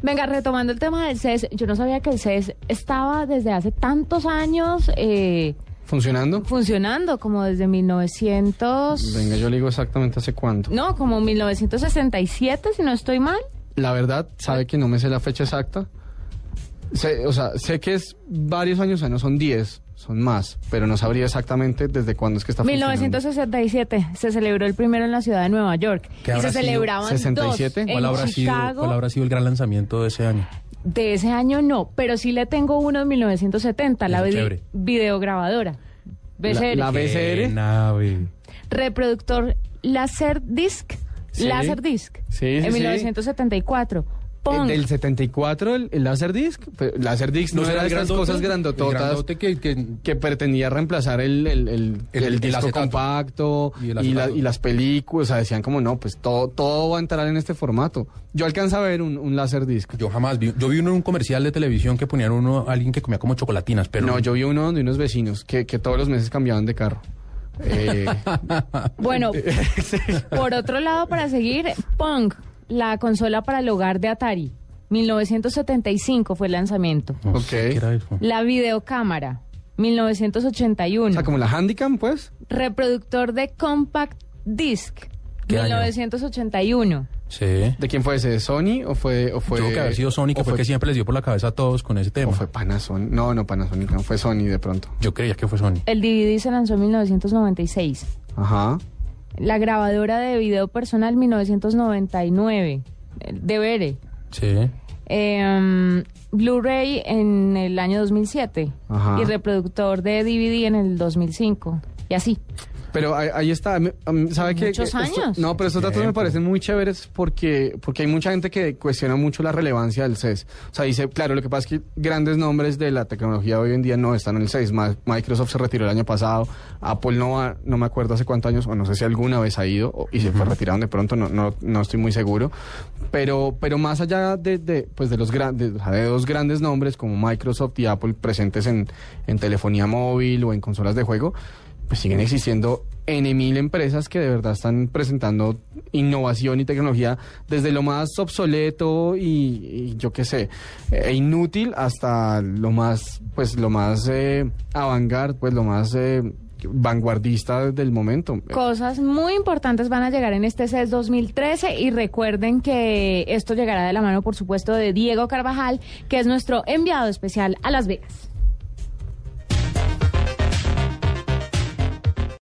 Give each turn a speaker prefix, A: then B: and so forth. A: Venga, retomando el tema del CES, yo no sabía que el CES estaba desde hace tantos años eh,
B: ¿Funcionando?
A: funcionando, como desde 1900...
B: Venga, yo le digo exactamente hace cuánto.
A: No, como 1967, si no estoy mal.
B: La verdad, sabe que no me sé la fecha exacta. Sé- o sea, sé que es varios años, o sea, no son 10, son más, pero no sabría exactamente desde cuándo es que está funcionando.
A: 1967 se celebró el primero en la ciudad de Nueva York.
C: ¿Qué
A: Y
C: habrá
A: se
C: sido?
A: celebraban
B: ¿67?
A: dos en
C: ¿Cuál habrá, sido,
A: Chicago.
C: cuál habrá sido el gran lanzamiento de ese año?
A: De ese año no, pero sí le tengo uno de 1970, la
C: Ese
A: vide-
C: chévere.
A: videograbadora. VCR.
B: La
C: Qué
B: BCR.
C: nave.
A: reproductor Laserdisc.
B: Sí.
A: Laserdisc.
B: Sí, sí,
A: En
B: sí.
A: 1974. Pong.
B: Eh, Del 74 el, el Laserdisc, pero Laserdisc no, era de estas
C: grandote?
B: cosas
C: El
B: grandototas
C: grandote que- que-
B: que pretendía reemplazar el, el, el- el
C: El- el
B: disco
C: acetato.
B: compacto
C: Y
B: y,
C: el
B: la-
C: acetato.
B: y las películas, o sea, decían como no, pues todo, todo va a entrar en este formato. Yo alcanzaba a ver un, un Laserdisc.
C: Yo jamás vi. Yo vi uno en un comercial de televisión que ponían uno a alguien que comía como chocolatinas, pero.
B: No, yo vi uno donde unos vecinos que, que todos los meses cambiaban de carro. Eh,
A: Bueno, por otro lado, para seguir, Pong, la consola para el hogar de Atari. 1975 fue el lanzamiento.
C: No
B: Ok.
C: sé qué era eso.
A: La videocámara. 1981.
B: o sea, como la Handicam, pues.
A: Reproductor de compact disc.
C: ¿Qué año?
A: 1981.
C: Sí.
B: ¿De quién fue ese? ¿Sony o fue...? O fue
C: Tuvo que haber sido Sony, que
B: o
C: fue, que siempre les dio por la cabeza a todos con ese
B: o
C: tema.
B: fue Panasonic. No, no Panasonic, no. Fue Sony de pronto.
C: Yo creía que fue Sony.
B: Eh,
A: El DVD se lanzó en 1996.
B: Ajá.
A: La grabadora de video personal 1999. DVR.
C: Sí.
A: eh, Em, Blu-ray en el año 2007.
B: Ajá.
A: Y reproductor de DVD en el 2005. Y así.
B: Pero ahí, ahí está, me- am- ¿sabe qué?
A: Muchos
B: Esto-
A: años.
B: no, pero estos datos me
C: Tiempo.
B: parecen muy chéveres porque, porque hay mucha gente que cuestiona mucho la relevancia del CES. O sea, dice, claro, lo que pasa es que grandes nombres de la tecnología hoy en día no están en el CES. Ma- Microsoft se retiró el año pasado, Apple no va, no me acuerdo hace cuántos años, o no sé si alguna vez ha ido, o- y se fue retiraron de pronto, no, no, no estoy muy seguro. Pero, pero más allá de, de, pues de los grandes, o sea, de dos grandes nombres como Microsoft y Apple presentes en, en telefonía móvil o en consolas de juego, pues siguen existiendo N mil empresas que de verdad están presentando innovación y tecnología desde lo más obsoleto y, y yo qué sé, e inútil hasta lo más, pues lo más eh, avant pues lo más eh, vanguardista del momento.
A: Cosas muy importantes van a llegar en este CES 2013 y recuerden que esto llegará de la mano, por supuesto, de Diego Carvajal, que es nuestro enviado especial a Las Vegas.